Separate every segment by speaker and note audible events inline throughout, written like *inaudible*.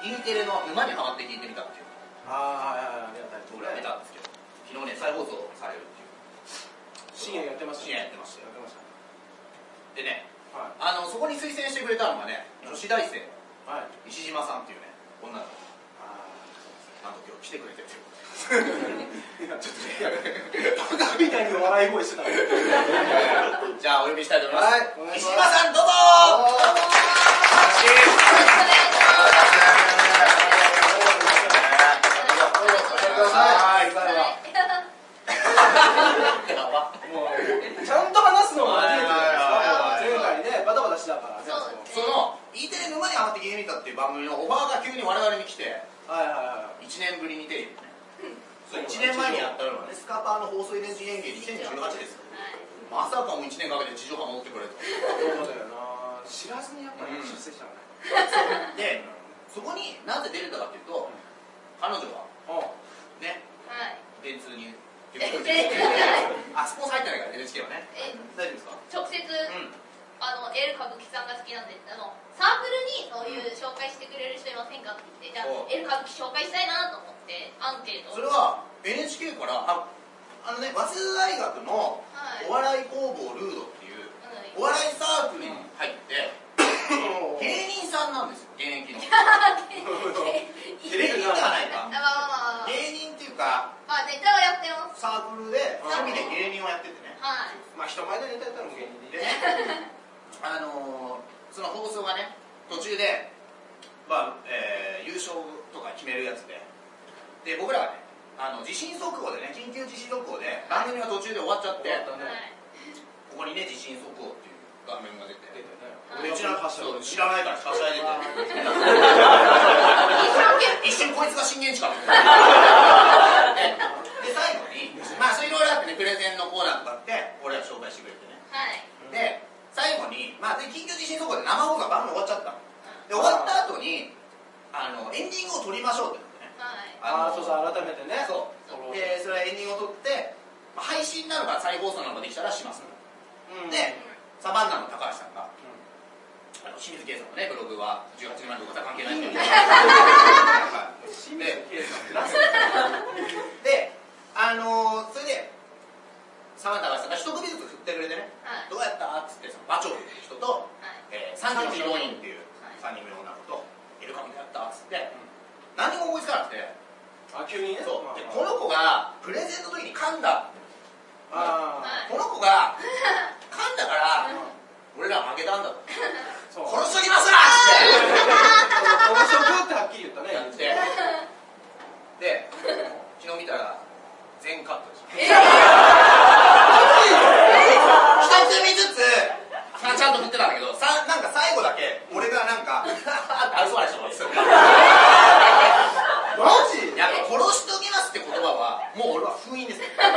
Speaker 1: E テレの「馬にハマって聞いてみた」っていう
Speaker 2: ああありがたい
Speaker 1: 僕ら見たんですけど昨日ね再放送されるっていう
Speaker 2: 深夜やってました
Speaker 1: 深夜やってました
Speaker 2: やってまし
Speaker 1: でね
Speaker 2: たは
Speaker 1: あのそこに推薦してくれたのがね女子大生
Speaker 2: いはい
Speaker 1: 石島さんっていうね女の子
Speaker 2: あ
Speaker 1: なんと今日来てくれてる
Speaker 2: ーい *laughs* やちょっといやバカみたいに笑い声してたはい
Speaker 1: じゃあお呼びしたいと思います、
Speaker 2: お願いし
Speaker 1: 石
Speaker 2: ます
Speaker 1: 島さんどうぞ
Speaker 2: はいもうちゃんと話すのも初めてじゃないですか前回ねバタバタしてたからね
Speaker 3: そう
Speaker 2: も
Speaker 1: その E テレ沼にハマってゲーム見たっていう番組のオファーが急に我々に来て
Speaker 2: はいはいは
Speaker 1: 1年ぶりにテレビねそう1年前にやったのはねスカパーの放送遺伝子演芸2018ですよまさかもう1年かけて地上波戻ってくれと
Speaker 2: いそうだよな知らずにやっぱり
Speaker 1: うん
Speaker 2: 出世したのね
Speaker 1: でそこになぜ出れたかっていうと彼女は
Speaker 2: う
Speaker 1: ね電通にあスポーツ入ってないから NHK はね大丈夫ですか
Speaker 3: 直接
Speaker 1: うん
Speaker 3: あのエル歌舞伎さんが好きなんであのサークルにそういう紹介してくれる人いませんかって言ってじゃあ
Speaker 1: お
Speaker 3: エル歌舞伎紹介したいなと思ってアンケートを
Speaker 1: それは NHK からああのね早稲田大学の
Speaker 3: はい
Speaker 1: お笑い工房ルードっていうお笑いサークルに入って
Speaker 2: んもう
Speaker 1: 芸人さんなんですよ現役の
Speaker 2: テ
Speaker 1: 芸人
Speaker 2: レ
Speaker 1: で
Speaker 2: ビが
Speaker 1: はないか
Speaker 3: あまあまあまあ
Speaker 1: 芸人っていうか
Speaker 3: まあネタはやってます
Speaker 1: サークルで趣味で芸人をやっててね
Speaker 3: はい
Speaker 2: まあ人前でネタやったらもう芸人
Speaker 1: で
Speaker 2: で
Speaker 1: ね *laughs* あのーその放送がね途中で、まあえー優勝とか決めるやつでで僕らはねあの地震速報でね緊急地震速報で番組が途中で終わっちゃって
Speaker 2: 終わった
Speaker 3: は
Speaker 2: ね
Speaker 3: い
Speaker 1: ここにね地震速報っていう画面が出て
Speaker 2: 出たね
Speaker 3: はい
Speaker 1: でうちのそう知
Speaker 2: ら
Speaker 1: らないからはしゃいでて一瞬こいつが震源地かと思ってで最後にまあそういろいろあってねプレゼンのコーナーとかあって俺ら紹介してくれてね
Speaker 3: はい
Speaker 1: で最後に、まあ、で緊急地震速報で生放送が番組終わっちゃったので終わった後にあのエンディングを撮りましょうってなってね
Speaker 3: はい
Speaker 1: の
Speaker 2: ああそうそう改めてね
Speaker 1: そ
Speaker 2: そう
Speaker 1: でそれはエンディングを撮って、まあ、配信なのか再放送なのかできたらします
Speaker 2: うん
Speaker 1: でサバンナの高橋さんが
Speaker 2: うん
Speaker 1: あの清水圭さんのねブログは18年前のことは関係ない *laughs* っていう水
Speaker 2: 清圭さん
Speaker 1: であのーそれでサバンナ高橋さんが一組ずつ振ってくれてね
Speaker 3: はい
Speaker 1: どうやったっつってそのバチョウっていう人と
Speaker 3: はい
Speaker 1: えー三人のヒロインっていう
Speaker 3: はい
Speaker 1: 三人の女の子とエルカムでやったっつって何も思いつかなくて
Speaker 2: あ急にね
Speaker 1: そう
Speaker 2: まあ
Speaker 1: でこの子がプレゼンの時に噛んだ
Speaker 2: あ
Speaker 1: この子が噛んだか
Speaker 2: あ
Speaker 1: ら俺ら負けたんだと
Speaker 2: そうこの
Speaker 1: 殺しときますわ
Speaker 2: 職ってはっきり言ったね
Speaker 1: っつってやってで昨日見たら全カットでした一組ずつさちゃんと振ってたんだけどさなんか最後だけ俺がなんか「あ嘘でしょ」っつって
Speaker 2: マジ
Speaker 1: いや殺しときますって言葉はもう俺は封印ですよそ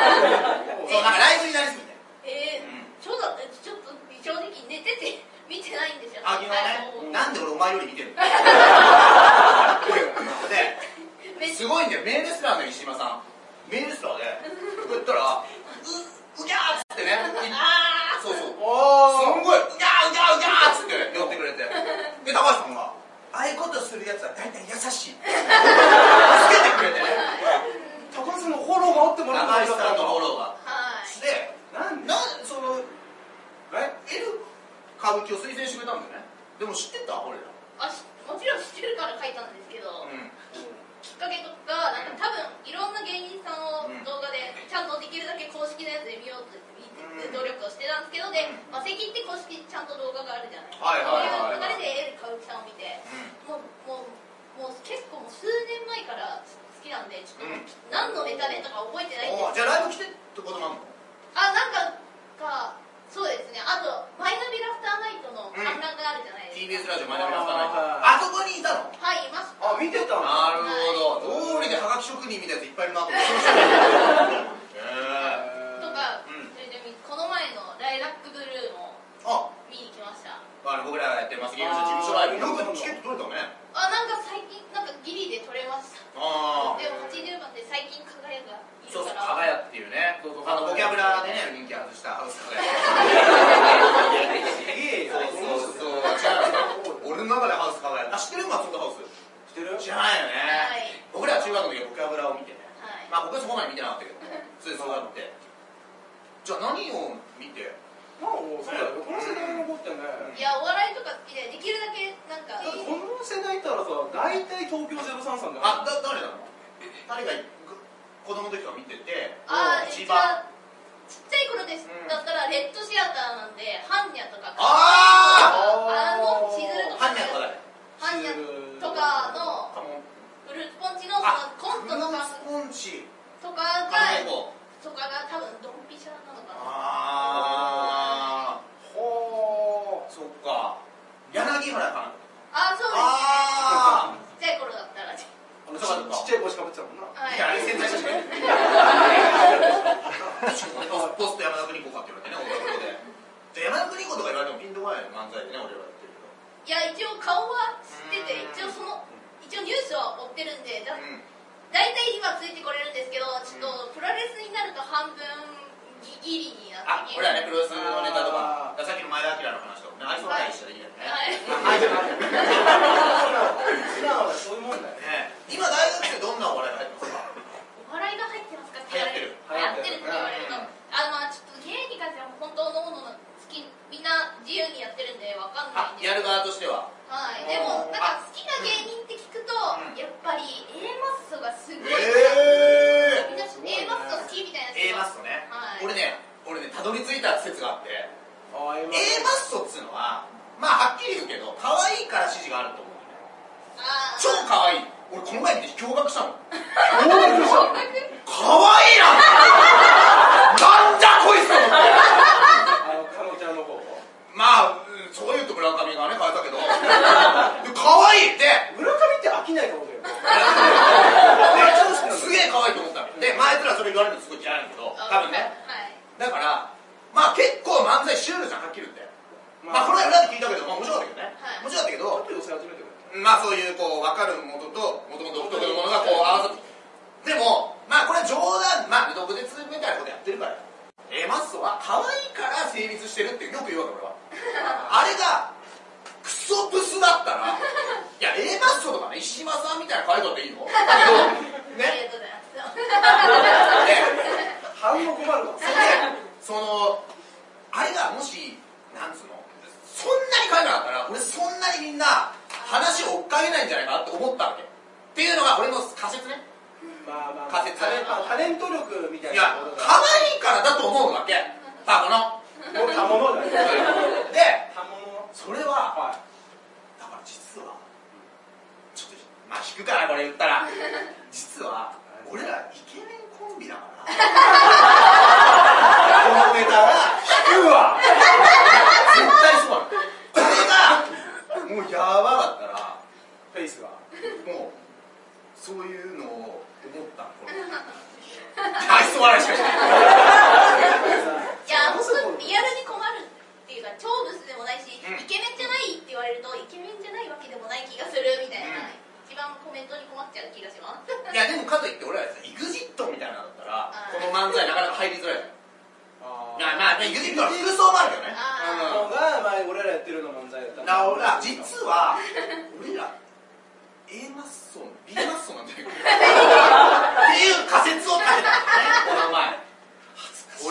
Speaker 1: うなんかライブになりすぎて
Speaker 3: えーそうだねちょっと正直寝てて見てないんですよ
Speaker 1: あ昨日
Speaker 3: はい
Speaker 1: ねなんで俺お前より見てるので
Speaker 3: めっち
Speaker 1: すごいんだよメールスラーの石島さんメールスラーでこうやったらううぎゃーっつってね
Speaker 3: あ
Speaker 1: そうそうす
Speaker 2: お
Speaker 1: んごいうぎゃーうぎゃーうぎゃーっつって寄ってくれてで高橋さんがああいうことするやつは大体優しい助けてくれてね
Speaker 2: 高橋さんのフォローがあっても
Speaker 1: 高
Speaker 2: ら
Speaker 1: 橋さんのフォローが
Speaker 3: はい
Speaker 1: で
Speaker 2: なんで
Speaker 1: なんその
Speaker 2: え
Speaker 1: L 歌舞伎を推薦してくれたんだよねでも知ってた俺ら
Speaker 3: あしもちろん知ってるから書いたんですけど、
Speaker 1: ん
Speaker 3: きっかけとかなんか多分いろんな芸人さんを
Speaker 1: うん
Speaker 3: 動画でちゃんとできるだけ公式のやつで見ようと見て
Speaker 1: うん
Speaker 3: 努力をしてたんですけどで
Speaker 1: うん、
Speaker 3: マセキって公式ちゃんと動画があるじゃないです
Speaker 1: はいはいはいはい
Speaker 3: そういう流れで L 歌舞伎さんを見てもうもうもう結構もう数年前から好きなんでちょっと
Speaker 1: うん
Speaker 3: 何のネタでとか覚えてないんで
Speaker 1: おじ
Speaker 3: す
Speaker 1: ゃあライブ来てってことなの
Speaker 3: あなんかかそうですねあと「マイナビラフターナイト」の
Speaker 1: ん
Speaker 3: 観覧があるじゃないです
Speaker 1: TBS ラ
Speaker 3: か、
Speaker 1: ジオマイナビラフターナイトあそ
Speaker 2: あ
Speaker 1: こにいたの
Speaker 3: はいいます
Speaker 2: あ見てたんだ
Speaker 1: なるほど通りでハガキ職人みたいなやついっぱいいるなと思って *laughs* へえ
Speaker 3: とか、
Speaker 1: うん
Speaker 3: それでみこの前の「ライラックブルー」も
Speaker 1: あ
Speaker 3: 見に来ました
Speaker 1: あの僕らがやってますゲームズ事務所ライブ
Speaker 2: あー
Speaker 1: よくチケット取れたね
Speaker 3: あなんか最近なんかギリで取れました
Speaker 1: ああ
Speaker 3: でも80番で最近輝がい
Speaker 1: そ
Speaker 3: るから
Speaker 1: うそう輝っていうね
Speaker 2: そうそう
Speaker 1: あのボキャブラでね人気外したハウス輝
Speaker 3: *laughs*
Speaker 1: を見て
Speaker 2: まあもうそうだよこの世代の子ってね
Speaker 1: うん
Speaker 3: いやお笑いとか好きでできるだけなんか
Speaker 2: だってこの世代ったらさ大体東京03さんだよ
Speaker 1: あだ誰なの誰がぐ子供の時から見てて
Speaker 3: あ
Speaker 1: 一
Speaker 3: ー一
Speaker 1: 番
Speaker 3: 番ちっちゃい頃です、
Speaker 1: うん
Speaker 3: だったらレッドシアターなんでハンニャとか
Speaker 1: あ
Speaker 3: あのしずるとか
Speaker 1: ハンニャとかだ
Speaker 3: ハンニャとかのフルーツポンチのそ
Speaker 1: あ
Speaker 3: のコントの番組
Speaker 1: ポンチ
Speaker 3: とか
Speaker 1: 考え
Speaker 3: が
Speaker 1: 子
Speaker 3: とかが多分ドンピシャなのかな
Speaker 1: あーほーそっか柳原かな
Speaker 3: あーそう
Speaker 1: あ
Speaker 3: ですちっちゃい頃だったらね
Speaker 2: あのちちっちゃい帽子かぶってたもんな
Speaker 3: はい
Speaker 1: いやあれ戦隊しかない確かに俺ポスト山田邦子かって言われてね俺のことでで山田邦子とか言われてもピンとこないよ漫才でね俺らやってるけど
Speaker 3: いや一応顔は知ってて
Speaker 1: うん
Speaker 3: 一応その一応ニュースは追ってるんでだ
Speaker 1: うん
Speaker 3: 大体今ついてこれるんですけどちょっとプロレスになると半分ギリギリにな
Speaker 1: あ
Speaker 3: ってきて
Speaker 1: 俺らねプロレスのネタとか
Speaker 2: あー
Speaker 1: さっきの前田明の話とかもね愛想会したらいいよね
Speaker 3: は
Speaker 2: あじゃあ
Speaker 3: い
Speaker 2: 素直だそういうもんだよ
Speaker 1: ね今大学生どんなお笑いが入ってますか
Speaker 3: お笑いが入ってますかって言われ
Speaker 2: 流
Speaker 3: る
Speaker 2: 行ってる
Speaker 3: 流行
Speaker 1: う
Speaker 3: ってるって言われると
Speaker 1: ん
Speaker 3: あのちょっと芸に関しては本当のものの好きみんな自由にやってるんでわかんな
Speaker 1: あ
Speaker 3: いんで
Speaker 1: やる側としては
Speaker 3: はいでもなんか好きな芸人って聞くと
Speaker 1: うん
Speaker 3: やっぱり A マッソがすごい
Speaker 1: え
Speaker 3: みんな A マッソ好きみたいな
Speaker 1: A マ
Speaker 3: ソ
Speaker 1: ッソね、
Speaker 3: はい
Speaker 1: 俺ね俺ねたどり着いた説があって A
Speaker 2: あ A マ
Speaker 1: マッソっつうのはまあはっきり言うけど可愛いから支持があると思う
Speaker 3: あー
Speaker 1: 超可愛い俺この前見て驚愕
Speaker 3: *laughs*
Speaker 1: したもん
Speaker 2: どうでしょう
Speaker 1: 可愛いななんじゃこいつと思って
Speaker 2: あのカノちゃんの方
Speaker 1: まあ、うんそう言うと村上がね変えたけどで可愛いって
Speaker 2: 村上って飽きないかもだよ
Speaker 1: すげえ可愛いと思ったので前からそれ言われるのすごい嫌いなんだけど多分ね
Speaker 3: はい
Speaker 1: だからまあ結構漫才シュールじゃんはっきり言ってまあこの間裏で聞いたけど、まあ、面白かったけどね、
Speaker 3: はい
Speaker 1: 面白かったけど
Speaker 2: ちょっと寄せ始めてくれ
Speaker 1: まあそういうこう分かるものともともと独特のものがこう合わさってでもまあこれ冗談まあ毒舌みたいなことやってるから A マッソは可愛いから成立してるってよく言うわけ俺はあれがクソブスだったらいや A マッソとかね石島さんみたいな可愛い子だっていい
Speaker 3: *laughs*
Speaker 1: のだけど
Speaker 3: あ
Speaker 1: ね
Speaker 3: りがとうございます
Speaker 1: で
Speaker 2: 反応困るわ
Speaker 1: それでそのあれがもしなんつうのそんなに可愛くなかったら俺そんなにみんな話を追っかけないんじゃないかなって思ったわけっていうのが俺の仮説ね
Speaker 2: まあまあ
Speaker 1: 仮説
Speaker 2: タレンまあタレント力みたい
Speaker 1: い
Speaker 2: な
Speaker 1: や
Speaker 2: こと
Speaker 1: 可愛いからだと思うわけバカの
Speaker 2: だもうたものだね
Speaker 1: で
Speaker 2: たもの
Speaker 1: それは
Speaker 2: は
Speaker 1: だから実はちょっとまあ引くからこれ言ったら実は俺らイケメンコンビだからこのネタが
Speaker 2: い引くわ
Speaker 1: 絶対そうなのこれがもうやばかったら
Speaker 2: フェイスが
Speaker 1: もうそういうのを思ったこ *laughs* れ大層笑いしかしない
Speaker 3: いや、本当にリアルに困るっていうか、超ブスでもないし、
Speaker 1: うん
Speaker 3: イケメンじゃないって言われると、イケメンじゃないわけでもない気がするみたい
Speaker 1: う
Speaker 3: な、
Speaker 1: ん
Speaker 3: 一番コメントに困っちゃう気がします。
Speaker 1: いやでもかといって俺ら EXIT みたいなのだったらこの漫才なかなか入りづらいじゃん
Speaker 2: あ
Speaker 1: まあまあ EXIT の服装もあるけどね
Speaker 3: *laughs* あ
Speaker 2: のが、まあ、俺らやってるの漫才だ
Speaker 1: だ
Speaker 2: った
Speaker 1: から俺ら実は俺ら A マッソ B マッソなんじゃないかっていう仮説を立てたんだよねこの前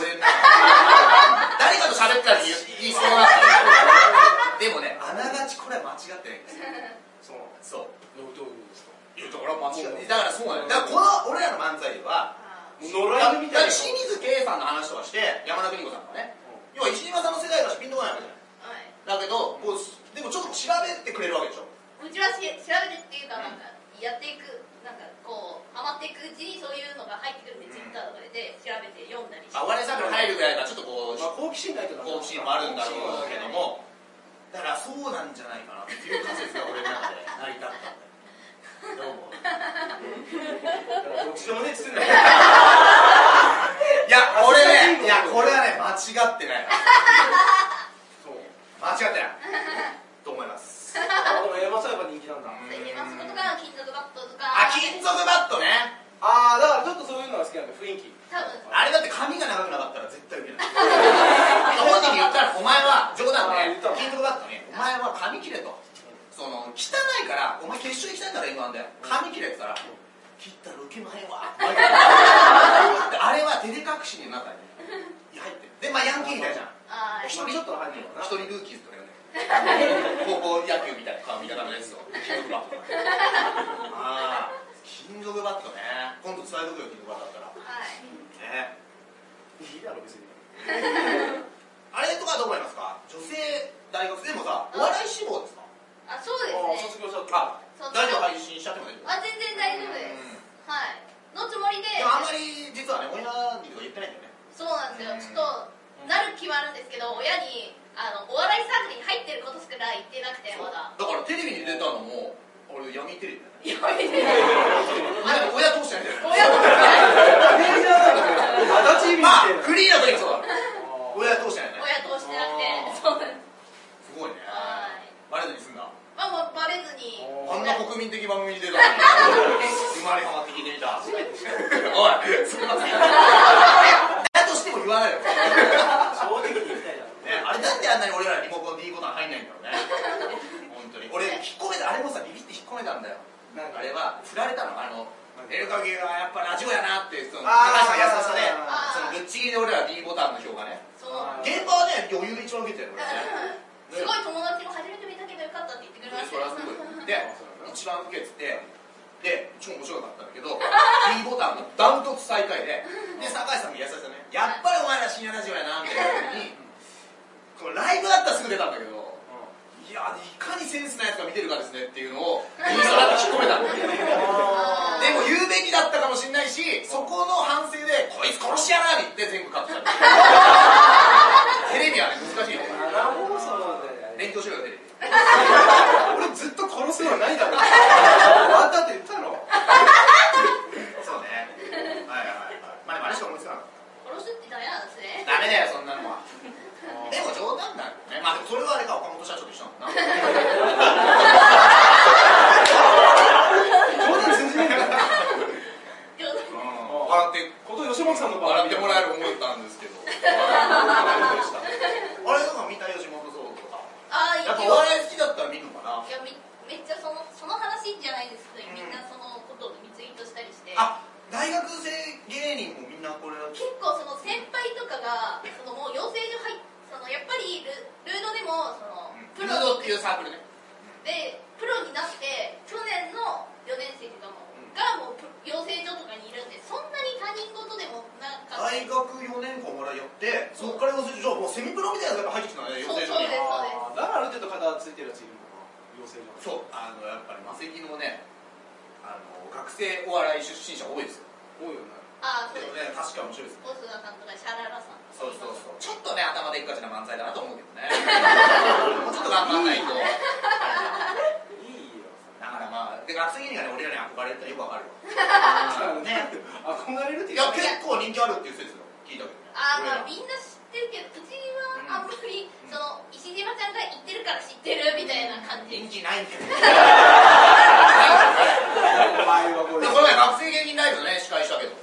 Speaker 1: 俺な誰かと喋ったら言いそうな *laughs* でもねあながちこれは間違ってないんですよ
Speaker 2: そう
Speaker 1: そう
Speaker 2: どうどういうことですか
Speaker 1: いやだから間違ってないだからそうなんだよだからこの俺らの漫才では
Speaker 3: あ
Speaker 2: もう野良犬みたい
Speaker 1: だ
Speaker 2: な
Speaker 1: って清水圭さんの話とかして山田邦子さんとかね要は石島さんの世代からしピンとこないわけじゃ
Speaker 3: あは
Speaker 1: ん
Speaker 3: い
Speaker 1: だけどこうでもちょっと調べてくれるわけでしょ
Speaker 3: うちはし調べるっていうか、なんか、やっていく、なんかこう、ハマっていくうちにそういうのが入ってくるんで、
Speaker 1: うん
Speaker 3: Twitter とかで調べて読んだりして。
Speaker 1: あ、我々サークル入るぐらいがちょっとこう
Speaker 2: まあ、好奇心ないとダメ
Speaker 1: 好奇心もあるんだろうけどもだからそうなんじゃないかなっていう仮説が俺の中で成り立ったんだよどうも
Speaker 2: だからどっちでもね
Speaker 1: *laughs*
Speaker 2: 包んで
Speaker 1: いやこれねいやこれはね間違ってない
Speaker 2: そう
Speaker 1: 間違ってないと思います
Speaker 2: あでも A マスはやっぱ人気なんだ
Speaker 3: そういうマスコとか、金属バットとか。
Speaker 1: あ金属バットね
Speaker 2: ああだからちょっとそういうのが好きなんだ雰囲気
Speaker 3: 多分
Speaker 1: あれだって髪が長くなかったら絶対ウケない本人に言ったらお前は冗談
Speaker 2: あ言ったの
Speaker 1: で金属バットにお前は髪切れとその汚いからお前決勝行きたいんだろ今なんで髪切れって言ったら切った *laughs* らウケまへんわってあれは照れ隠しの中に入ってるでまあヤンキーみたいじゃん
Speaker 3: あー
Speaker 1: 一
Speaker 2: 一
Speaker 1: 人ち
Speaker 2: 人
Speaker 1: ょ
Speaker 2: ち
Speaker 1: っ
Speaker 2: ょっ
Speaker 1: と
Speaker 2: と
Speaker 1: 入
Speaker 2: 入
Speaker 1: っ
Speaker 2: ってて
Speaker 1: る一人
Speaker 2: る
Speaker 1: ルーキーズとか呼んでる高校野球みたいな顔見た目のやつを金属バットとかねああ金属バットね今度伝えとくよ金属バットだったら
Speaker 3: はい
Speaker 1: ね
Speaker 2: いいだろ
Speaker 1: *laughs*
Speaker 2: 別に
Speaker 1: あれとかどう思いますか女性大学でもさお笑い志望ですか
Speaker 3: あそうです
Speaker 2: 業しち
Speaker 3: ね
Speaker 2: ゃっ
Speaker 1: あ *laughs*
Speaker 3: そう
Speaker 1: ラジオ配信しちゃってもね
Speaker 3: あ全然大丈
Speaker 1: う
Speaker 3: 夫です
Speaker 1: ん
Speaker 3: はいのつもりで
Speaker 1: でもあんまり実はね親にとか言ってないんだよね
Speaker 3: そうなんですよちょっ
Speaker 1: うん
Speaker 3: となる気はあるんですけど親にあのお笑いサークルに入ってることしか言ってなくてまだ
Speaker 1: だからテレビに出たのも俺闇テレビだね
Speaker 3: いや見てない
Speaker 1: 親親通してないんだよね
Speaker 3: 親とか
Speaker 2: じゃん足立み
Speaker 1: *laughs* まあ
Speaker 2: たいな
Speaker 1: フリーだときそうだ親通してないね
Speaker 3: 親通してなく
Speaker 1: あー
Speaker 3: てそうなんです
Speaker 1: すごいね
Speaker 3: はい
Speaker 1: バレずに済んだ
Speaker 3: まあもうバレずに
Speaker 1: あんな国民的番組に出たのに
Speaker 3: *laughs*
Speaker 1: 生まれ変わって聞いてみた *laughs* おいすみ
Speaker 3: *laughs*
Speaker 1: ませんだとしても言わないよ、ね、
Speaker 2: 正直に言いたいだろ
Speaker 1: あれなんであんなに俺らリモコン D ボタン入んないんだろうね
Speaker 3: *laughs*
Speaker 1: 本当に俺引っ込めたあれもさビビって引っ込めたんだよ
Speaker 2: なんか
Speaker 1: あれは振られたのあのエルカギはやっぱラジオやなってその
Speaker 2: あ
Speaker 1: 高
Speaker 2: ー
Speaker 1: 橋の優しさで
Speaker 3: あ
Speaker 1: その
Speaker 3: ー
Speaker 1: ぶっちぎりで俺ら D ボタンの票がね
Speaker 3: そうなんです
Speaker 1: 現場はね余裕で一番受けてる俺ね
Speaker 3: *laughs* すごい友達も初めて見たけどよかったって言ってくれました
Speaker 1: それはすごいで一番受けててで超面白かったんだけ
Speaker 3: *laughs*
Speaker 1: ど D ボタンのダントツ最下位でで酒井さんも優しさねやっぱりお前ら深夜ラジオやなみたいな時にこうライブだったらすぐ出たんだけどいやいかにセンスないやつが見てるかですねっていうの *laughs* をインスタだって引っ込めたんだよね
Speaker 2: あ
Speaker 1: でも言うべきだったかもしれないしそこの反省でこいつ殺しやなって言って全部カッ *laughs* トされたテレビはね難しいよ
Speaker 2: ー生放送で
Speaker 1: 勉強しろよテレビ
Speaker 2: 俺ずっと殺すのはないだろ終わったって言ったろ
Speaker 1: そうねはいはいはいまあでもあれしか思いつかなかった
Speaker 3: 殺すってダメなんですね
Speaker 1: ダメだよそんなのはでも冗談なんだよねまあでもそれはあれか岡本社長と一緒なのかなうん笑
Speaker 2: 冗談通じないから
Speaker 3: 冗談
Speaker 1: って
Speaker 2: こと吉本さんの
Speaker 1: 笑ってもらえる思ったんです *laughs* けど笑いませんでしたあれとか見た吉本そうとか
Speaker 3: ああいい
Speaker 1: やっぱお
Speaker 3: よ
Speaker 1: 笑い好きだったら見るのかない
Speaker 3: やみめっちゃそのその話じゃないですけど、みんなそのことをリツイートしたりして
Speaker 1: あ大学生芸人もみんなこれ
Speaker 3: 結構その先輩とかがそのもう養成所入っそのやっぱりルルードでもそのプ
Speaker 1: プ
Speaker 3: ロ
Speaker 1: ロドっていうサークルね
Speaker 3: でプロになって去年の4年生とかも、
Speaker 1: うん
Speaker 3: がもうプ養成所とかにいるんでそんなに他人事でもなんか
Speaker 1: 大学4年間お笑いやってそこから養成所じゃあもうセミプロみたいなのがやっぱ入ってきたね養成所
Speaker 3: そうそうです
Speaker 1: に
Speaker 2: だからある程度肩ついてるやついるのか養成所
Speaker 1: そうあのやっぱりマセキのねあの学生お笑い出身者多いですよ
Speaker 2: 多いよね
Speaker 3: ああそ
Speaker 1: で
Speaker 3: う
Speaker 1: も
Speaker 3: で
Speaker 1: ね確
Speaker 3: す
Speaker 1: かに面白いです
Speaker 3: 大須田さんとかシャララさんとか
Speaker 1: そうそうそう
Speaker 3: う
Speaker 1: ちょっとね頭でっかちな漫才だなと思うけど *laughs* ねもうちょっと頑張んないとだ
Speaker 2: いいよ
Speaker 1: からまあで学生芸人がね俺らに憧れるってよくわかるわ *laughs* ね
Speaker 2: 憧れる
Speaker 1: い
Speaker 2: って言
Speaker 1: や
Speaker 2: う
Speaker 1: 結構人気あるっていう説の聞いたけどね
Speaker 3: あーまあ
Speaker 1: 俺ら
Speaker 3: みんな知ってるけどうちはあんまり、
Speaker 1: ん
Speaker 3: その石島ちゃんが言ってるから知ってるみたいな感じ、
Speaker 1: 人気ないんだよ
Speaker 2: お前はこ
Speaker 1: で
Speaker 2: れ
Speaker 1: この前学生芸人ライブのね司会したけど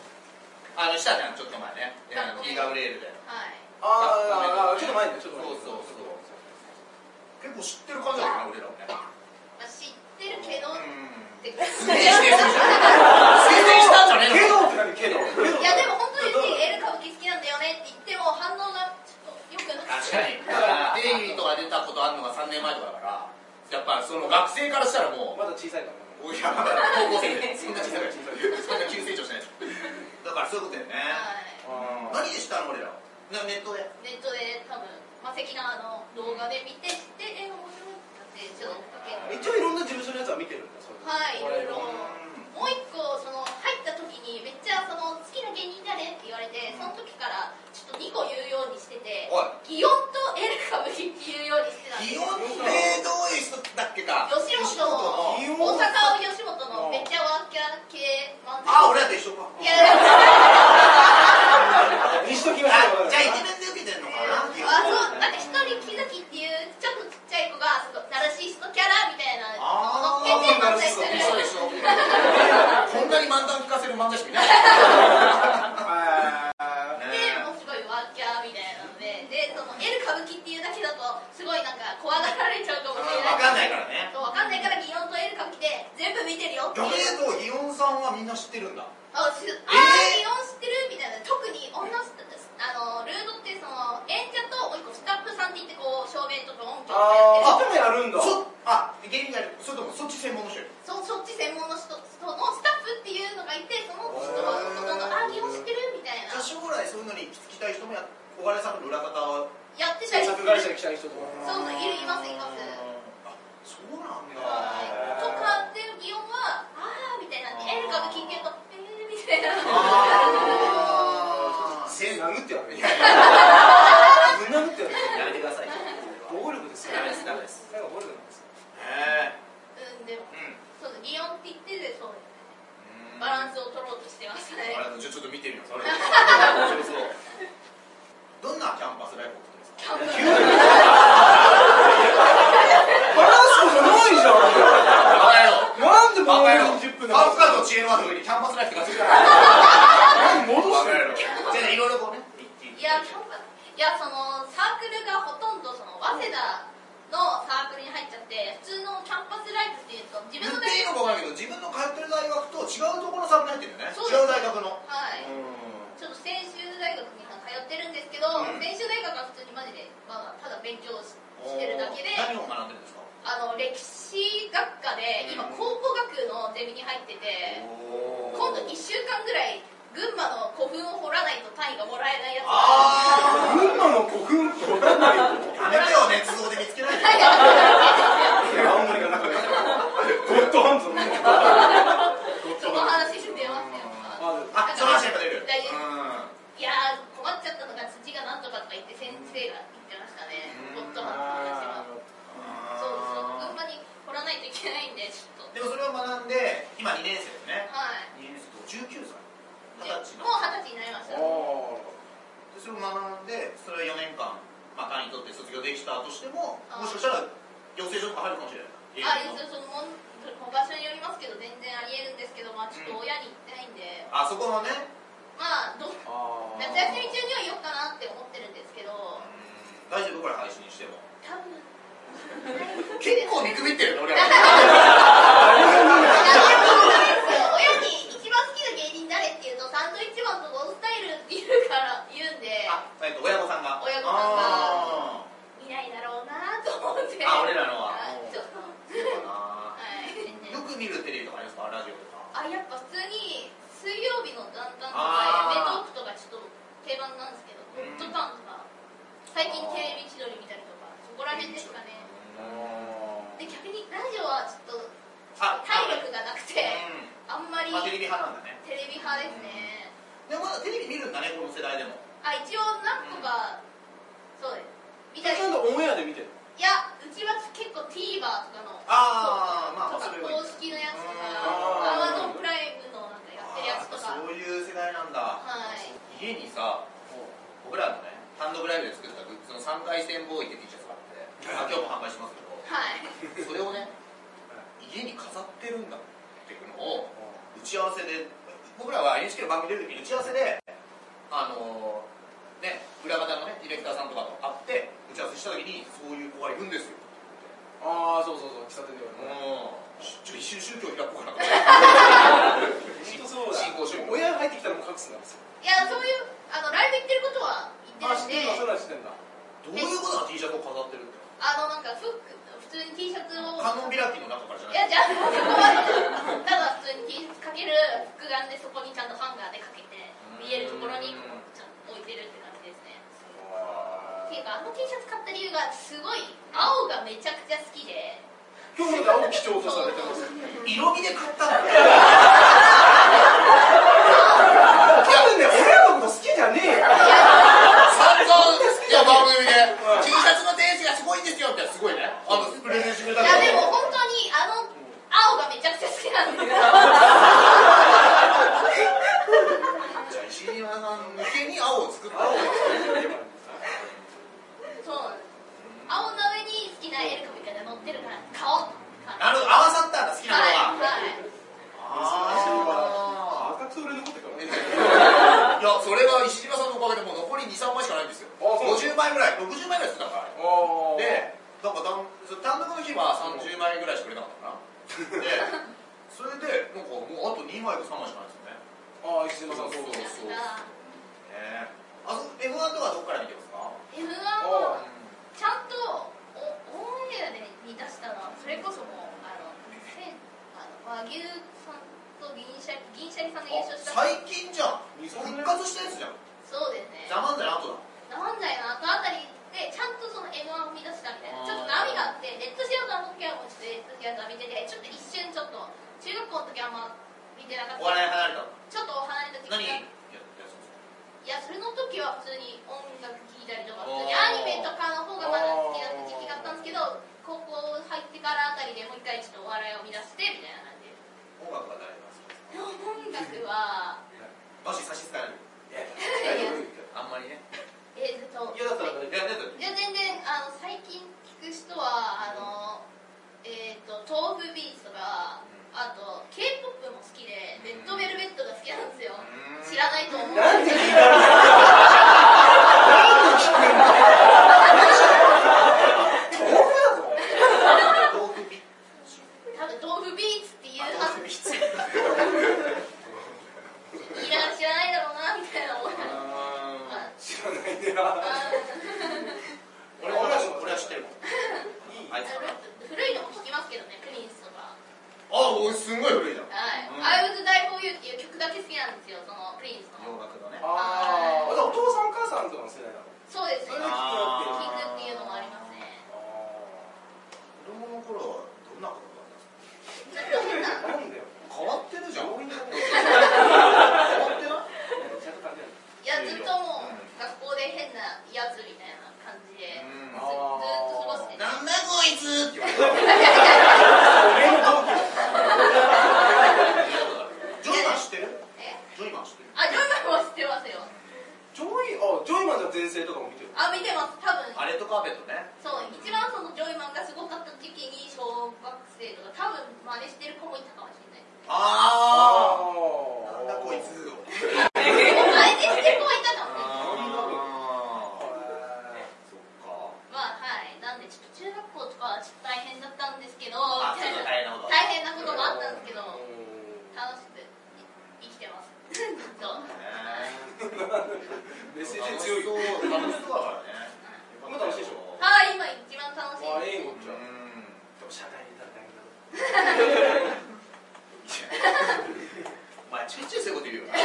Speaker 1: あのしたじゃんちょっと前ねあの
Speaker 3: あ
Speaker 1: ギガブレールで
Speaker 3: はい
Speaker 2: あーあーちょっと前ねちょっと前
Speaker 1: そうそうそう結構知ってる感じだよね俺らもね
Speaker 3: まあ、知ってるけど、
Speaker 1: うん
Speaker 3: って感 *laughs*
Speaker 1: す
Speaker 3: じ
Speaker 1: げえ否定するじゃん宣伝したんじゃねえの
Speaker 2: けどって何けど
Speaker 3: *laughs* いやでも本当にエル歌舞伎好きなんだよねって言っても反応がちょっとよくなく
Speaker 1: 確
Speaker 3: て
Speaker 1: かにだからテレビとか出たことあるのが3年前とかだからやっぱその学生からしたらもう
Speaker 2: まだ小さいからね
Speaker 1: おいや高校生でそんな小さいからそんな急成長してないだからそういうことだよね
Speaker 2: あ
Speaker 3: はい
Speaker 1: 何でしたの俺らなネットで
Speaker 3: ネットで多分マセキのあの動画で見て知ってえ面白いってちょっと追っかけて
Speaker 2: 一応いろんな事務所のやつは見てるんだそれ
Speaker 3: はいいろいろ
Speaker 1: うん
Speaker 3: もう一個その入った時にめっちゃその好きな芸人誰って言われてその時からちょっと2個言うようにしてて
Speaker 1: お
Speaker 3: 祇園とエル歌舞伎って言うようにしてたん
Speaker 1: いイ
Speaker 3: です
Speaker 1: オンでどういう人だっけか
Speaker 3: 吉本の
Speaker 1: 吉
Speaker 3: 大
Speaker 1: 本の
Speaker 3: 阪吉本のめっちゃワーキャー系漫才
Speaker 1: あ俺らと一緒か
Speaker 3: いやでも
Speaker 2: にしときましょ
Speaker 1: あ
Speaker 2: う
Speaker 1: じゃあイケメンで受けてんのか
Speaker 3: あ
Speaker 1: な
Speaker 3: そうなんか一人木崎っていうちょっとちっちゃい子がすごいナルシストキャラみたいな
Speaker 1: あ
Speaker 3: の乗っ
Speaker 1: ー
Speaker 3: けて漫才し
Speaker 1: そう
Speaker 3: て
Speaker 1: で
Speaker 3: る
Speaker 1: しょでしょ
Speaker 3: *laughs*
Speaker 1: こんなに漫談聞かせる漫才師もいない
Speaker 2: あ
Speaker 3: でもうすごいワーキャーみたいなのででその L 歌舞伎っていうだけだとすごいなんか怖がられちゃうかもしれ
Speaker 1: わ
Speaker 3: ない
Speaker 1: かんないからね
Speaker 3: そうわかんないから祇園と L 歌舞伎で全部見てるよってい
Speaker 1: 逆に言
Speaker 3: う
Speaker 1: うとイオンさんはみんな知ってるんだ
Speaker 3: あしあ
Speaker 1: え
Speaker 3: ー
Speaker 1: ー
Speaker 3: 祇園知ってるみたいな特に女の人あのルードってその生徒と音響
Speaker 2: あ
Speaker 3: をやって
Speaker 2: ー、あ、で
Speaker 3: る
Speaker 2: もやるんだ。
Speaker 1: そあ芸人じゃないそれともそっち専門の人
Speaker 3: そそっち専門の人そのスタッフっていうのがいてその人はほとんど「あー基本知ってる?」みたい
Speaker 1: じゃ
Speaker 3: な
Speaker 1: あ将来そういうのに行き着きたい人もや小金さんの裏方は
Speaker 3: やってた
Speaker 2: 制
Speaker 3: りす
Speaker 2: 作
Speaker 3: る
Speaker 2: 会社に来たい人とか。
Speaker 3: そうそういるいますいます
Speaker 1: あそうなんだ、
Speaker 3: はいとかっていう擬音は「あー」みたいな「エルカが聞いてると「えー」みたいな
Speaker 1: あー
Speaker 2: 背殴ってやる。ぶん殴ってやる。
Speaker 4: やめてください
Speaker 2: 暴力ですよ。
Speaker 4: ダメですダメです
Speaker 2: 最後暴力なんですよ。
Speaker 1: ね
Speaker 3: うんでも
Speaker 1: えうん
Speaker 3: そう擬音って言っててそうバランスを取ろうとしてますね
Speaker 1: あれじゃあちょっと見てみようそれどんなキャンパスライフを送ってますか
Speaker 3: キャンプ
Speaker 1: 急にバカ野郎
Speaker 2: バランスがないじゃん。なんで
Speaker 1: バカ
Speaker 2: バラ
Speaker 1: 野郎
Speaker 2: ンス10分
Speaker 1: ハーフ
Speaker 2: なの
Speaker 1: カード知恵の後にキャンパスライフとかするから
Speaker 2: 何戻
Speaker 1: バ
Speaker 2: し
Speaker 1: カ野郎じゃあ
Speaker 2: てる
Speaker 1: いろいろこうね
Speaker 3: いや、キャンパいや、そのサークルがほとんどその早稲田のサークルに入っちゃって、普通のキャンパスライフっていうと、自
Speaker 1: 言
Speaker 3: 分
Speaker 1: っ
Speaker 3: の
Speaker 1: ていいのかわかんないけど自分の通ってる大学と違うところのサークルに入ってるよね
Speaker 3: そう
Speaker 1: 違う大学の
Speaker 3: はい、
Speaker 1: う
Speaker 3: ちょっと専修大学に通ってるんですけど、
Speaker 1: うん
Speaker 3: 専修大学は普通にマジで、まあ、ただ勉強ししてるだけで、
Speaker 1: 何を学んでるんですか
Speaker 3: あの歴史学科で、今、
Speaker 1: うん
Speaker 3: 考古学のゼミに入ってて、今度1週間ぐらい、群馬の古墳を掘らないと単位がもらえないやつ *laughs*
Speaker 1: あー
Speaker 2: 群馬の古墳って分かんないよ。
Speaker 1: やめてよ熱造で見つけないで
Speaker 2: 青森がなんかねゴッドハンズのね。
Speaker 1: *laughs*
Speaker 3: その話してますよ。
Speaker 1: あその話やっぱ出る
Speaker 3: 大丈夫
Speaker 1: うん
Speaker 3: いやー困っちゃったのが土がなんとかとか言って先生が言ってましたね
Speaker 1: うん
Speaker 3: ゴッドハンの話はそうそう群馬に掘らないといけないんでちょっと
Speaker 1: でもそれを学んで今2年生ですね
Speaker 3: はい
Speaker 1: 2年生と19歳
Speaker 3: で
Speaker 1: 二十歳の
Speaker 3: もう二十歳になりましたは
Speaker 1: でそれを学んでそれを4年間、まあ、単位取って卒業できたとしても
Speaker 3: あー
Speaker 1: もしかしたら養成所とか入るかもしれない
Speaker 3: あいやそのもん場所によりますけど全然ありえるんですけどまあちょっと親に言ってないんで
Speaker 1: あそこのね
Speaker 3: まあど
Speaker 2: あー
Speaker 3: 夏休み中には言おうかなって思ってるんですけど
Speaker 1: うん大丈夫これ配信しても
Speaker 3: 多分
Speaker 1: 結構見くびってるね俺 *laughs*
Speaker 3: 夏休み
Speaker 1: ら
Speaker 3: 親に一番好きな芸人誰っていうとサンドイッチマンとノンスタイルって言うから言うんで
Speaker 1: あ、えっと、親御さんが
Speaker 3: 親御さ
Speaker 1: あ
Speaker 3: んがいないだろうなと思って
Speaker 1: あ俺らのは
Speaker 3: あちょっと
Speaker 1: ーそうか
Speaker 3: はい
Speaker 1: なよく見るテレビとかありますかラジオとか
Speaker 3: あやっぱ普通に水曜日の元旦と
Speaker 1: あー
Speaker 3: かエベトークとかちょっと定番なんですけどホットタウンとか最近テレビ千鳥見たりとかそこら辺ですかねで逆にラジオはちょっと
Speaker 1: あ
Speaker 3: 体力がなくて
Speaker 1: う
Speaker 3: あんま
Speaker 1: ん
Speaker 3: り
Speaker 1: まあテレビ派なんだね
Speaker 3: テレビ派ですね
Speaker 1: でもまだテレビ見るんだねこの世代でも
Speaker 3: あ一応なんとかそうです見たり
Speaker 2: なんでオンエアで見てる
Speaker 3: いやうちは結構 TVer とかの
Speaker 1: あーまあまあ
Speaker 3: と
Speaker 1: そ
Speaker 3: か
Speaker 1: れはいい
Speaker 3: 公式のやつとか
Speaker 2: あー
Speaker 3: アマゾンプライムのなんかやってるやつと
Speaker 1: あーそ
Speaker 3: か
Speaker 1: ういう世代なんだ、
Speaker 3: はい
Speaker 1: 家にさ僕らのね単独ライブで作ったグッズの3回戦ボーイって T シャツがあってあ今日も販売しますけど
Speaker 3: はい
Speaker 1: それをね家に飾ってるんだっていうのを打ち合わせで僕らは NHK の番組出る時に打ち合わせであのーね裏方のねディレクターさんとかと会って打ち合わせした時にそういう子がいるんですよ
Speaker 2: ああそうそうそう喫茶店
Speaker 1: う
Speaker 2: で
Speaker 1: んちょっと一瞬宗教開こうかなと思って
Speaker 2: 言そう
Speaker 1: だ
Speaker 2: 親が入ってきたらもう隠すんだす
Speaker 3: いやそういうあのライブ行ってることは言
Speaker 2: あ知っ
Speaker 3: ってて
Speaker 2: んだそれ
Speaker 3: るんで
Speaker 2: は知ってんだ
Speaker 1: どうい
Speaker 3: *laughs*
Speaker 1: うことが T シャツを飾ってるんだよ
Speaker 3: あのなんかフック普通に T シャツを
Speaker 1: 観音開きの中からじゃない
Speaker 3: いやじゃあそこまでただ普通に T シャツかける複眼でそこにちゃんとハンガーでかけて見えるところにこうちゃんと置いてるって感じですねっていうかあの T シャツ買った理由がすごい青がめちゃくちゃ好きで
Speaker 2: 今日のだを貴重とされてます
Speaker 1: 色味で買ったんだよ
Speaker 2: 多分ね俺らのこと好きじゃねえよ
Speaker 1: 散々いや番組で T シャツのテージがすごいんですよってすごいねあのプレゼンしてくれ
Speaker 3: い
Speaker 1: た
Speaker 3: や
Speaker 1: け
Speaker 3: で
Speaker 1: ど
Speaker 3: も本当にあの青がめちゃくちゃ好きなんですよ
Speaker 1: じゃあ石井さん向けに青を作った
Speaker 2: 青が
Speaker 3: そうなんです青の上に好きなエルカみたいなの乗ってるから買おう
Speaker 1: なるほど合わさったんだ好きなの
Speaker 3: は
Speaker 1: が、
Speaker 3: いはい
Speaker 1: あ
Speaker 2: 赤くそれ残ってるからね
Speaker 1: ーいやそれは石島さんのおかげでもう残り23枚しかないんですよ
Speaker 2: あそう
Speaker 1: 50枚ぐらい60枚ぐらい作ったから
Speaker 2: あ
Speaker 1: でなんか単単独の日は30枚ぐらいしか売れなかった *laughs* かなでそれでなんかもうあと2枚か3枚しかないですよね
Speaker 2: ああ石島さんそう
Speaker 1: そ
Speaker 2: そう
Speaker 1: う
Speaker 3: やった
Speaker 1: ねえあそ M1 とかどっから見てますか
Speaker 3: F1 はちゃんとさんの時はもうちょっとやつは見ててちょっと一瞬ちょっと中学校の時はあんま見てなかっ
Speaker 1: お笑い
Speaker 3: た
Speaker 1: 離れた
Speaker 3: ちょっとお離れた時
Speaker 1: 何や
Speaker 3: が
Speaker 1: ってたやつ
Speaker 3: いやそれの時は普通に音楽聴いたりとか
Speaker 1: おー
Speaker 3: 普通にアニメとかの方がまだ好きだった時期があったんですけど高校入ってからあたりでもう一回ちょっとお笑いを見出してみたいな感じです
Speaker 1: 音楽は誰が好きですかもし差
Speaker 3: 音楽は
Speaker 1: し支える
Speaker 2: 大
Speaker 1: あ
Speaker 2: 丈夫
Speaker 1: んまりね
Speaker 3: えっと
Speaker 1: いやだったらいやだったら
Speaker 3: いや全然あの最近聞く人はあの、えっ、と豆腐ビーツとかあと k p o p も好きでレッドベルベットが好きなんですよ知らないと思う
Speaker 2: なんで聞いたの
Speaker 1: 豆腐ビッ
Speaker 3: 多分豆腐ビーツっていう
Speaker 1: あ
Speaker 3: は
Speaker 1: 豆腐
Speaker 3: ず
Speaker 1: ビッツ
Speaker 3: いらん知らないだろうなみたいな思いながら
Speaker 1: 俺
Speaker 2: 知らないでな
Speaker 3: あ
Speaker 1: は俺は知ってるもん
Speaker 2: いい
Speaker 1: あいつかな
Speaker 3: 古いのも聞きますけどねプリンスと
Speaker 1: あ
Speaker 3: か
Speaker 1: 俺すんごい古いじゃん
Speaker 3: はい「
Speaker 1: うん
Speaker 3: I was die for you」っていう曲だけ好きなんですよそのプリンス
Speaker 1: 洋
Speaker 3: の
Speaker 1: 楽のね
Speaker 2: あーじゃあお父さんお母さんとかの世代なの
Speaker 3: そうです
Speaker 2: そ
Speaker 3: ね
Speaker 2: れ
Speaker 3: 聞
Speaker 2: で聞くよっ
Speaker 3: く
Speaker 2: てい
Speaker 1: あー
Speaker 2: う
Speaker 3: っていうのもありますね
Speaker 1: 子供の頃はどんなことだったんですか
Speaker 3: ちょっと変な
Speaker 2: なんだよ
Speaker 1: 変わってるじゃん
Speaker 2: 強引だね
Speaker 1: 変わってない
Speaker 2: ちゃんと関係ない
Speaker 3: いやずっともう学校で変なやつみたいな感じで、ずずっと
Speaker 1: な
Speaker 2: あ
Speaker 3: 過ごしてて
Speaker 1: んだこいつって言われた
Speaker 2: 俺の
Speaker 1: ジ
Speaker 2: 同期だ
Speaker 1: ョイマン知ってる
Speaker 3: え
Speaker 1: ジョイマン知ってる
Speaker 3: あジョイマンは知ってますよ
Speaker 2: ジョイあジョイマンの全盛とかも見てる
Speaker 3: あ見てます多分
Speaker 1: あれとカーペットね
Speaker 3: そう一番そのジョイマンがすごかった時期に小学生とか多分真似してる子もいたかもし *laughs* れない
Speaker 1: ああ
Speaker 2: ー
Speaker 1: なんだこいつを
Speaker 3: 真似してる子もいたかもしれない
Speaker 1: あ
Speaker 2: へ
Speaker 1: ーそっか
Speaker 3: まあはいなんでちょっと中学校とかはちょっと大変だったんですけど
Speaker 1: あ
Speaker 3: みたい
Speaker 1: ちょっと
Speaker 3: な
Speaker 1: 大変なこと
Speaker 3: 大変なこともあったんですけど
Speaker 2: うん
Speaker 3: 楽しく生きてますずっと
Speaker 2: メッセージ強いよ
Speaker 1: そう楽しそうだからね
Speaker 2: 今楽しいでしょ
Speaker 3: はい今一番楽し
Speaker 2: あ
Speaker 3: い
Speaker 2: れいい
Speaker 3: です
Speaker 2: こっち
Speaker 3: ね
Speaker 2: ゃでも社会に出たら大変だろ
Speaker 1: お前ちょいちょいそういうこと言うよな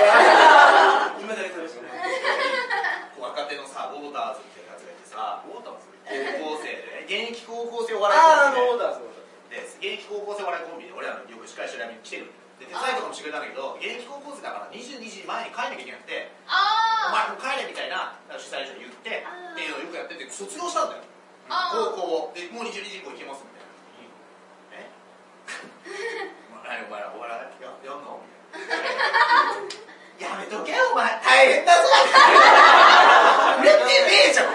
Speaker 2: 今だけ楽しい
Speaker 1: 若手のさウォーターズってやつがいてさ
Speaker 2: ウォーターズ
Speaker 1: 高校生でね現役高校生お笑
Speaker 2: ああ
Speaker 1: い
Speaker 2: な
Speaker 1: コ
Speaker 2: るほ
Speaker 1: ン
Speaker 2: どそう
Speaker 1: ビでで現役高校生お笑いコンビで俺らのよく司会してるライブに来てるで手伝いとかもしてくれたんだけど現役高校生だから22時前に帰んなきゃいけなくて「お前
Speaker 3: あ
Speaker 1: もう帰れ」みたいな主催者に言って
Speaker 3: あー
Speaker 1: っていうのをよくやってて卒業したんだよ
Speaker 3: あー
Speaker 1: 高校をでもう22時以降行けますみたいな「えお前らお前らお笑いややんの?」みたいな。やめとけよお前大変だぞ売れてねえじゃん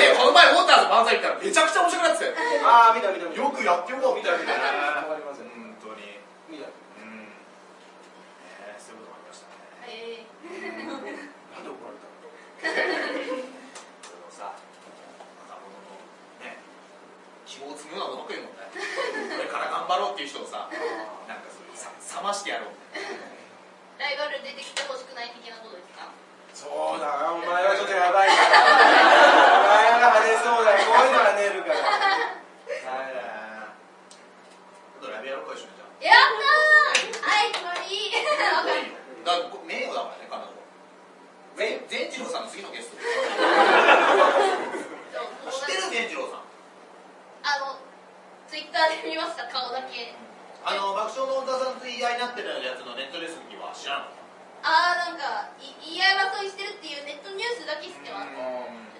Speaker 1: でこの前ウォーターズ漫才見たらめちゃくちゃ面白くなってたよ
Speaker 2: ああ見た見た見た
Speaker 1: よくやってよかったみたいな
Speaker 2: わかりますよ
Speaker 1: 本当に
Speaker 2: 見た
Speaker 1: うんえーそういうこともありましたね
Speaker 3: ーえー
Speaker 2: なんで怒られたの
Speaker 1: それをさ若者のね希望を積むのはどのくいもんねこれから頑張ろうっていう人をさなんかそういうさ冷ましてやろうみたい
Speaker 3: ライバル出てきてほしくない的なことですか
Speaker 2: そうだなお前はちょっとやばいなお前は跳ねそうだよこういうのは出るからはい
Speaker 1: なあとライブやろうか一緒にじゃあ
Speaker 3: やったーはい決まり
Speaker 1: すごいよだからこれ名誉だからね彼女全善次郎さんの次のゲスト知ってる善次郎さん
Speaker 3: あのツイッターで見ました顔だけ
Speaker 1: あの爆笑の太田さんと言い合いになってるやつのネットレスには知らんの
Speaker 3: あーなんかい言い合い争いしてるっていうネットニュースだけ知ってます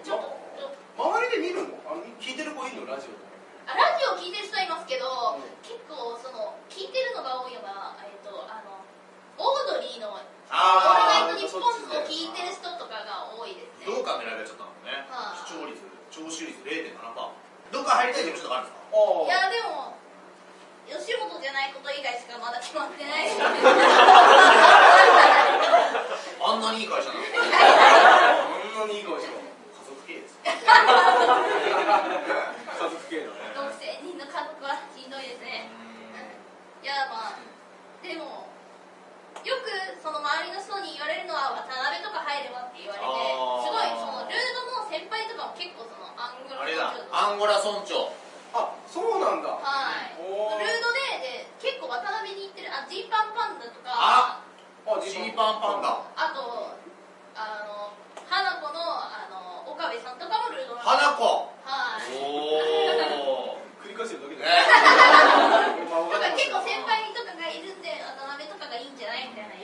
Speaker 3: ちょっと
Speaker 2: 周りで見るのあの聞いてる子いるのラジオとか
Speaker 3: あラジオ聞いてる人はいますけど、
Speaker 2: うん
Speaker 3: 結構その聞いてるのが多いのがえっ、とあのオードリーの「オール
Speaker 2: あ
Speaker 3: ナ
Speaker 2: ー
Speaker 3: イトニッポン」を聞いてる人とかが多いです
Speaker 1: どう
Speaker 3: ね
Speaker 1: か狙いがちょっとあるのね
Speaker 3: はあ
Speaker 1: 視聴率聴取率0.7%どっか入りたい気持ちとかあるんですか
Speaker 3: い
Speaker 2: あ
Speaker 3: やでも吉本じゃないこと以外しかまだ決まってないし
Speaker 1: あ
Speaker 3: *laughs*
Speaker 1: んなにいい会 *laughs* 社なのに
Speaker 2: あこんなにいい顔して
Speaker 1: 家族経営です
Speaker 2: 家族系のね
Speaker 3: 独占人の家族はしんどいですねいやまあでもよくその周りの人に言われるのは渡辺とか入ればって言われて
Speaker 1: あー
Speaker 3: すごいそのルードの先輩とかも結構そのアングロ
Speaker 1: あれだ
Speaker 3: とか
Speaker 1: アンゴラ村長
Speaker 2: あそうなんだ
Speaker 3: はい
Speaker 2: おー
Speaker 3: ルードでで結構渡辺に行ってるあジーパンパンダと
Speaker 1: あ
Speaker 3: かあ
Speaker 1: ジ
Speaker 2: あ
Speaker 1: ーパンパンダ
Speaker 3: とあの花子のあの岡部さんとかもルードなんで
Speaker 1: 花子
Speaker 3: すはい
Speaker 1: おお
Speaker 2: 繰り返してるだけじゃない
Speaker 1: ね *laughs*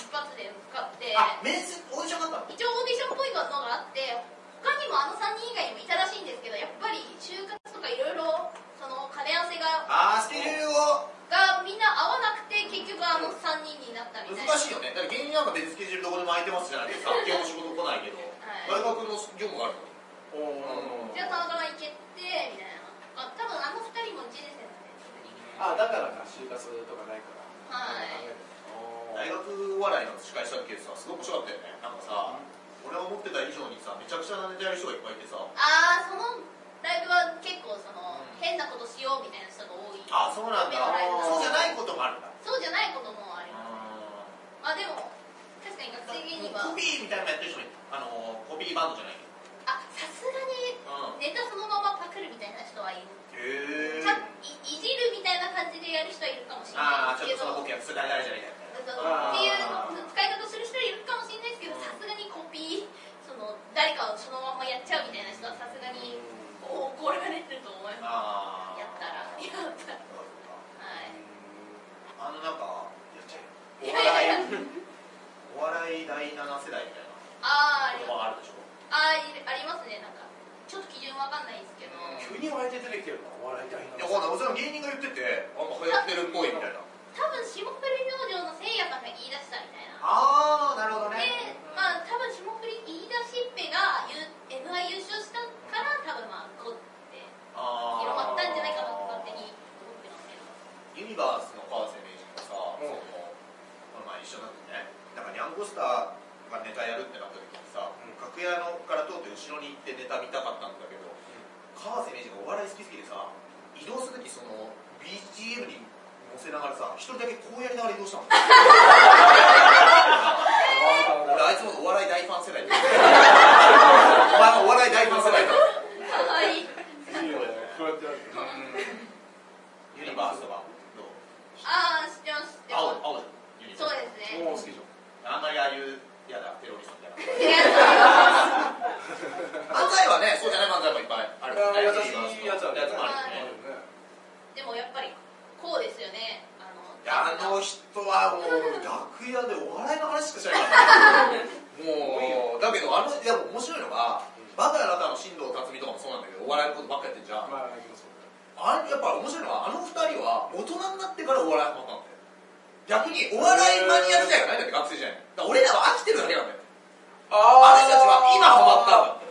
Speaker 1: あ面接オーディションがあったの
Speaker 3: 一応オーディションっぽいのがあって他にもあの3人以外にもいたらしいんですけどやっぱり就活とかいろいろその兼ね合わせが
Speaker 1: あースケジュールを
Speaker 3: がみんな合わなくて結局あの3人になったみたい
Speaker 1: 難
Speaker 3: な
Speaker 1: しいよねだって芸人なんか別スケジュールどこでも空いてますじゃないですか基本仕事来ないけど、
Speaker 3: はい
Speaker 1: 大学の業務があるのに
Speaker 2: おー
Speaker 3: じゃあ田中さん行けてみたいなあ多分あの2人も1年生なんですよね
Speaker 2: あだからか就活とかないから
Speaker 3: はい
Speaker 2: おー
Speaker 1: 大学お笑いの司会した時さすごく面白かったよねなんかさ、俺が思ってた以上にさめちゃくちゃなネタやる人がいっぱいいてさ
Speaker 3: ああそのライブは結構その、
Speaker 2: うん
Speaker 3: 変なことしようみたいな人が多い
Speaker 1: あそうなんだ
Speaker 3: そ
Speaker 1: そうう
Speaker 3: じ
Speaker 1: じゃ
Speaker 3: ゃ
Speaker 1: な
Speaker 3: な
Speaker 1: いいこともあるんだ
Speaker 3: そうじゃないこともあります
Speaker 1: コ
Speaker 3: あでも確かに学生芸人は
Speaker 1: ピーみたいなのやってる人もいるあのコピーバンドじゃないけど
Speaker 3: あさすがに
Speaker 1: うん
Speaker 3: ネタそのままパクるみたいな人はいる
Speaker 1: へえ
Speaker 3: ちゃんいいじるみたいな感じでやる人はいるかもしれ
Speaker 1: ああ
Speaker 3: な
Speaker 1: ちょっ
Speaker 3: いで
Speaker 1: とそ
Speaker 3: すけ
Speaker 1: の
Speaker 3: ど
Speaker 1: ボケはつがないじゃないか
Speaker 2: あー
Speaker 3: そうっていう使い方する人はいるかもしれないですけどさすがにコピーその誰かをそのままやっちゃうみたいな人はさすがにおおこれが出てると思います
Speaker 1: ああ
Speaker 3: やったらやったらはい
Speaker 1: あのなんかやっちゃえ
Speaker 3: い
Speaker 1: よ
Speaker 3: やいやいや
Speaker 1: お笑いお笑い第7世代みたいな
Speaker 3: あーあり
Speaker 1: 言
Speaker 3: ま
Speaker 1: 葉があ
Speaker 3: す
Speaker 1: るでしょ
Speaker 3: あーいるありますねなんかちょっと基準わかんないですけど、
Speaker 1: うん
Speaker 2: 急にお笑い出てきてるのお笑い大
Speaker 1: い
Speaker 2: 変
Speaker 1: やほらその芸人が言っててあんま流行ってるっぽいみたいな
Speaker 3: 多分霜降り明星のせいやさんが言い出したみたいな
Speaker 1: ああなるほど
Speaker 3: でまあ多分霜降り言い出しっぺが m 1優勝したから多分まあこって広まったんじゃないかなと勝手に思ってますけど
Speaker 1: ユニバースの川瀬名人がさ、
Speaker 2: うん
Speaker 1: そのこの前一緒になってねなんかニャンコスターがネタやるってなった時にさ、
Speaker 2: ん
Speaker 1: 楽屋のから通って後ろに行ってネタ見たかったんだけど、川瀬名人がお笑い好きすぎてさ移動する時その BGM に乗せながらさ一人だけこうやりながら移動 *laughs* したの俺あいつもお笑い大ファン世 *laughs* 代だお前もお笑い大ファン世代だ
Speaker 3: かわいい
Speaker 2: いいよねこうやってやる
Speaker 1: ユニバースとかどう
Speaker 3: ああ知ってます知って
Speaker 1: 青
Speaker 3: ま
Speaker 1: 青ユニ
Speaker 3: す
Speaker 1: バース
Speaker 3: そうですね
Speaker 2: もう好きじ
Speaker 1: あんまりああいうやだテロリストみたいな
Speaker 3: 違う
Speaker 1: 漫才はね、そうじゃない漫才もいっぱいある。
Speaker 2: ゃん優しいやつは
Speaker 1: やつもあ
Speaker 3: ね
Speaker 1: るよね。
Speaker 3: *laughs* でもやっぱりこうですよねあの
Speaker 1: いやあの
Speaker 3: い
Speaker 1: 人はもう楽屋でお笑いの話しかしないから。もうだけどあのいやもう面白いのが、バカなたの進藤辰巳とかもそうなんだけど、お笑いのことばっかやってんじゃん。
Speaker 2: まあ行きます
Speaker 1: あれやっぱ面白いのはあの二人は大人になってからお笑いハマったんだよ。逆にお笑いマニア時代がないんだって学生時代に。だから俺らは飽きてるだけなんだよ。あの
Speaker 2: あ
Speaker 1: 人たちは今ハマったんだって。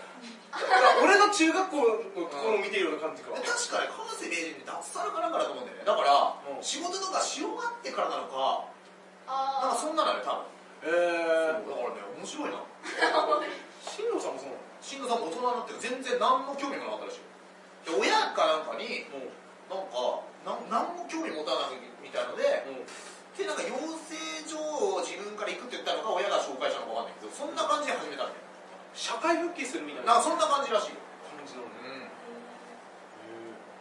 Speaker 2: た俺の中学校の頃見てるような感じか
Speaker 1: で確かに川瀬名人って脱サラかなんかだと思うんだよねだから、
Speaker 2: うん
Speaker 1: 仕事とかし終わってからなのかなん
Speaker 3: あ
Speaker 1: かそんなのよ多分だ
Speaker 2: えー
Speaker 1: からね面白いな
Speaker 2: 新郎さんもそうなの
Speaker 1: 新藤さんも大人になって全然何も興味がなかったらしいで親かなんかになんかなん何も興味持たないみたいので
Speaker 2: うん
Speaker 1: でなんか養成所を自分から行くって言ったのか親が紹介したのかわかんないけどそんな感じで始めたみたい
Speaker 2: 社会復帰するみたい
Speaker 1: な
Speaker 2: な
Speaker 1: なん
Speaker 2: 感
Speaker 1: かそんな感じらしいよ
Speaker 2: じなの
Speaker 1: ん
Speaker 2: ね
Speaker 1: ね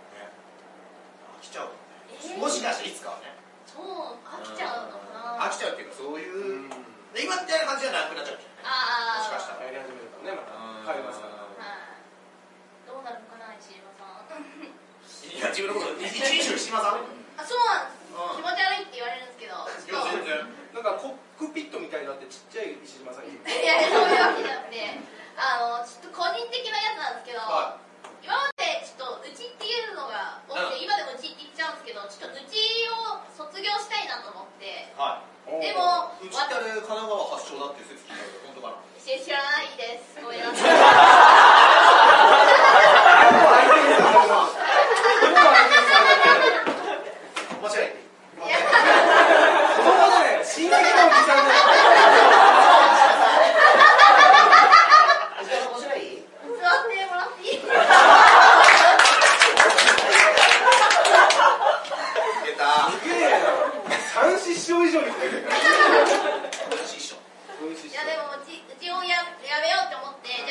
Speaker 1: 飽きちゃうもんね
Speaker 3: えー
Speaker 1: もしかしていつかはね
Speaker 3: そう飽きちゃうのかな
Speaker 1: 飽きちゃうっていうかそういうう、
Speaker 2: ん
Speaker 1: で今みたいな感じじゃなくなっちゃうじゃん
Speaker 3: ああ
Speaker 1: もしかしたら
Speaker 2: やり始めるからねまた帰りますから
Speaker 3: はいどうなるのかな石山さん
Speaker 1: いや自分のこと一人称島さん
Speaker 3: あそうなんです
Speaker 1: う
Speaker 3: 気持ち悪いって言われるんで
Speaker 1: *laughs*
Speaker 3: すけどちょっと
Speaker 1: 全然
Speaker 2: なんかコックピットみたいになってちっちゃい石島さんいる
Speaker 3: いやいやそういう *laughs* わけじゃなくてあのちょっと個人的なやつなんですけど、
Speaker 1: は
Speaker 3: 今までちょっとうちっていうのが多くて、今でもうちって言っちゃうんですけどちょっとうちを卒業したいなと思
Speaker 1: *laughs*
Speaker 3: って
Speaker 1: は
Speaker 3: でも
Speaker 1: い、うちってあれ神奈川発祥だっていう説聞いたけど本当かな
Speaker 3: 知知らないですごめんなさい
Speaker 1: 間違い
Speaker 2: 子供
Speaker 3: いや
Speaker 2: だね死んだけのおじさんだ
Speaker 1: 面白い
Speaker 3: 座ってもらっていいですか
Speaker 1: 出た
Speaker 2: すげえな三師匠以上に増えてる
Speaker 1: 美味しいっしょ
Speaker 2: 分子師
Speaker 3: い
Speaker 2: 匠
Speaker 3: やでもうちうちをや辞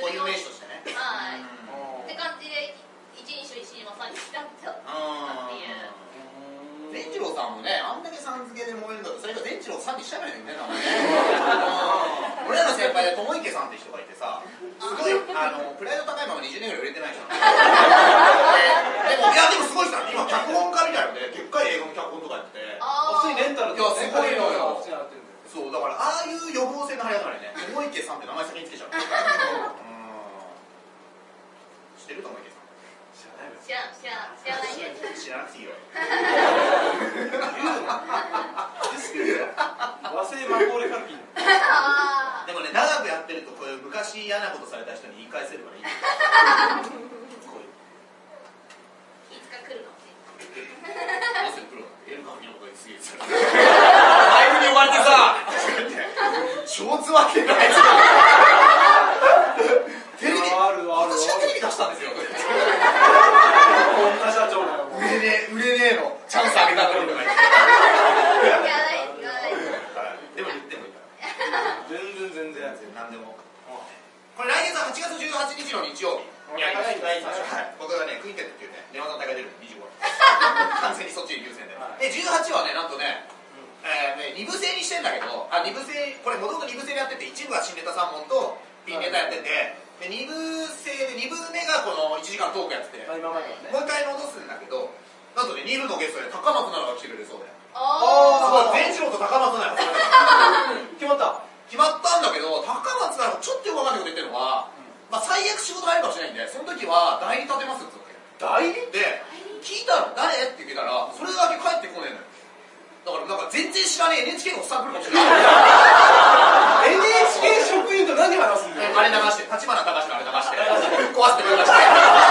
Speaker 1: 固有名詞としてね
Speaker 3: はい
Speaker 1: うん
Speaker 3: って感じで一人称一人称三人称だったっ
Speaker 1: うん
Speaker 3: ていう
Speaker 1: 善次郎さんもね、あんだけさん付けで燃えるんだったら、最初善次郎さんにしたくないんだよね、 *laughs* なんかね。うん俺らの先輩で友池さんって人がいてさ、すごい、あの、プライド高いまま20年ぐらい売れてないじゃん。 *laughs* でも、いや、でもすごい人なんだ今、脚本家みたいなので、でっかい映画の脚本とかやってて。
Speaker 3: あ
Speaker 2: 普通にレンタルとか
Speaker 1: いやすごいのよ
Speaker 2: 普通にやってるんだよ
Speaker 1: そう、だから、ああいう予防性の張り合いね、友池さんって名前先につけちゃう。うん。知ってる友池さん。
Speaker 2: 知らないよ
Speaker 3: 知らん知らん知らない
Speaker 1: *laughs*
Speaker 3: です
Speaker 1: 知らなくていいよ。
Speaker 2: 和製マコーレカルキン
Speaker 3: あ
Speaker 1: でもね、長くやってると、こういう昔嫌なことされた人に言い返せるからいいよ。こういう
Speaker 3: ーいつか来るかもしれない
Speaker 1: どうするプロエルカミのことにすげえつらい。ライブに呼ばれ *laughs* てさ、超つわけないやつ。テレビ、
Speaker 2: あるある
Speaker 1: 私がテレビ出したんですよ。
Speaker 2: 女社長だよ
Speaker 1: 売れねえ、売れねえの、チャンスあげたのにとか言って。
Speaker 3: 言わないです言わない
Speaker 1: で
Speaker 3: です
Speaker 1: も言ってもいいから。
Speaker 2: 全然全然
Speaker 1: 何でも。これ来月は8月18日の日曜日。
Speaker 2: やります
Speaker 1: はい僕がね、クインテットっていうね、電話の大会出るの25日。
Speaker 2: *laughs*
Speaker 1: 完全にそっち優先で。
Speaker 2: はい
Speaker 1: で、18はね、なんとね、えーね、2部制にしてんだけど、あ、2部制、これもともと2部制でやってて、1部は新ネタ3本とピンネタやってて、で、2部制で、2部目がこの1時間トークやってて、
Speaker 2: まあ
Speaker 1: もう
Speaker 2: 今まではね
Speaker 1: 一回戻すんだけど、なんとね、2部のゲストで高松奈々が来てくれるそうで。
Speaker 3: 哦
Speaker 1: す
Speaker 3: あ
Speaker 1: ごい、全次郎と高松奈々が。
Speaker 2: 決まった
Speaker 1: 決まったんだけど高松さんがちょっとよくわかんないこと言ってるのは、まあ、最悪仕事入るかもしれないんでその時は代理立てますって言ったわけ代理で聞いたら誰って聞いたらそれだけ帰ってこねえのよだからなんか全然知らねえ NHK のおっさん来るかもしれない
Speaker 2: NHK 職員と何話すんだよ
Speaker 1: あれ流して橘高橋のあれ流して壊して流して
Speaker 3: 嗯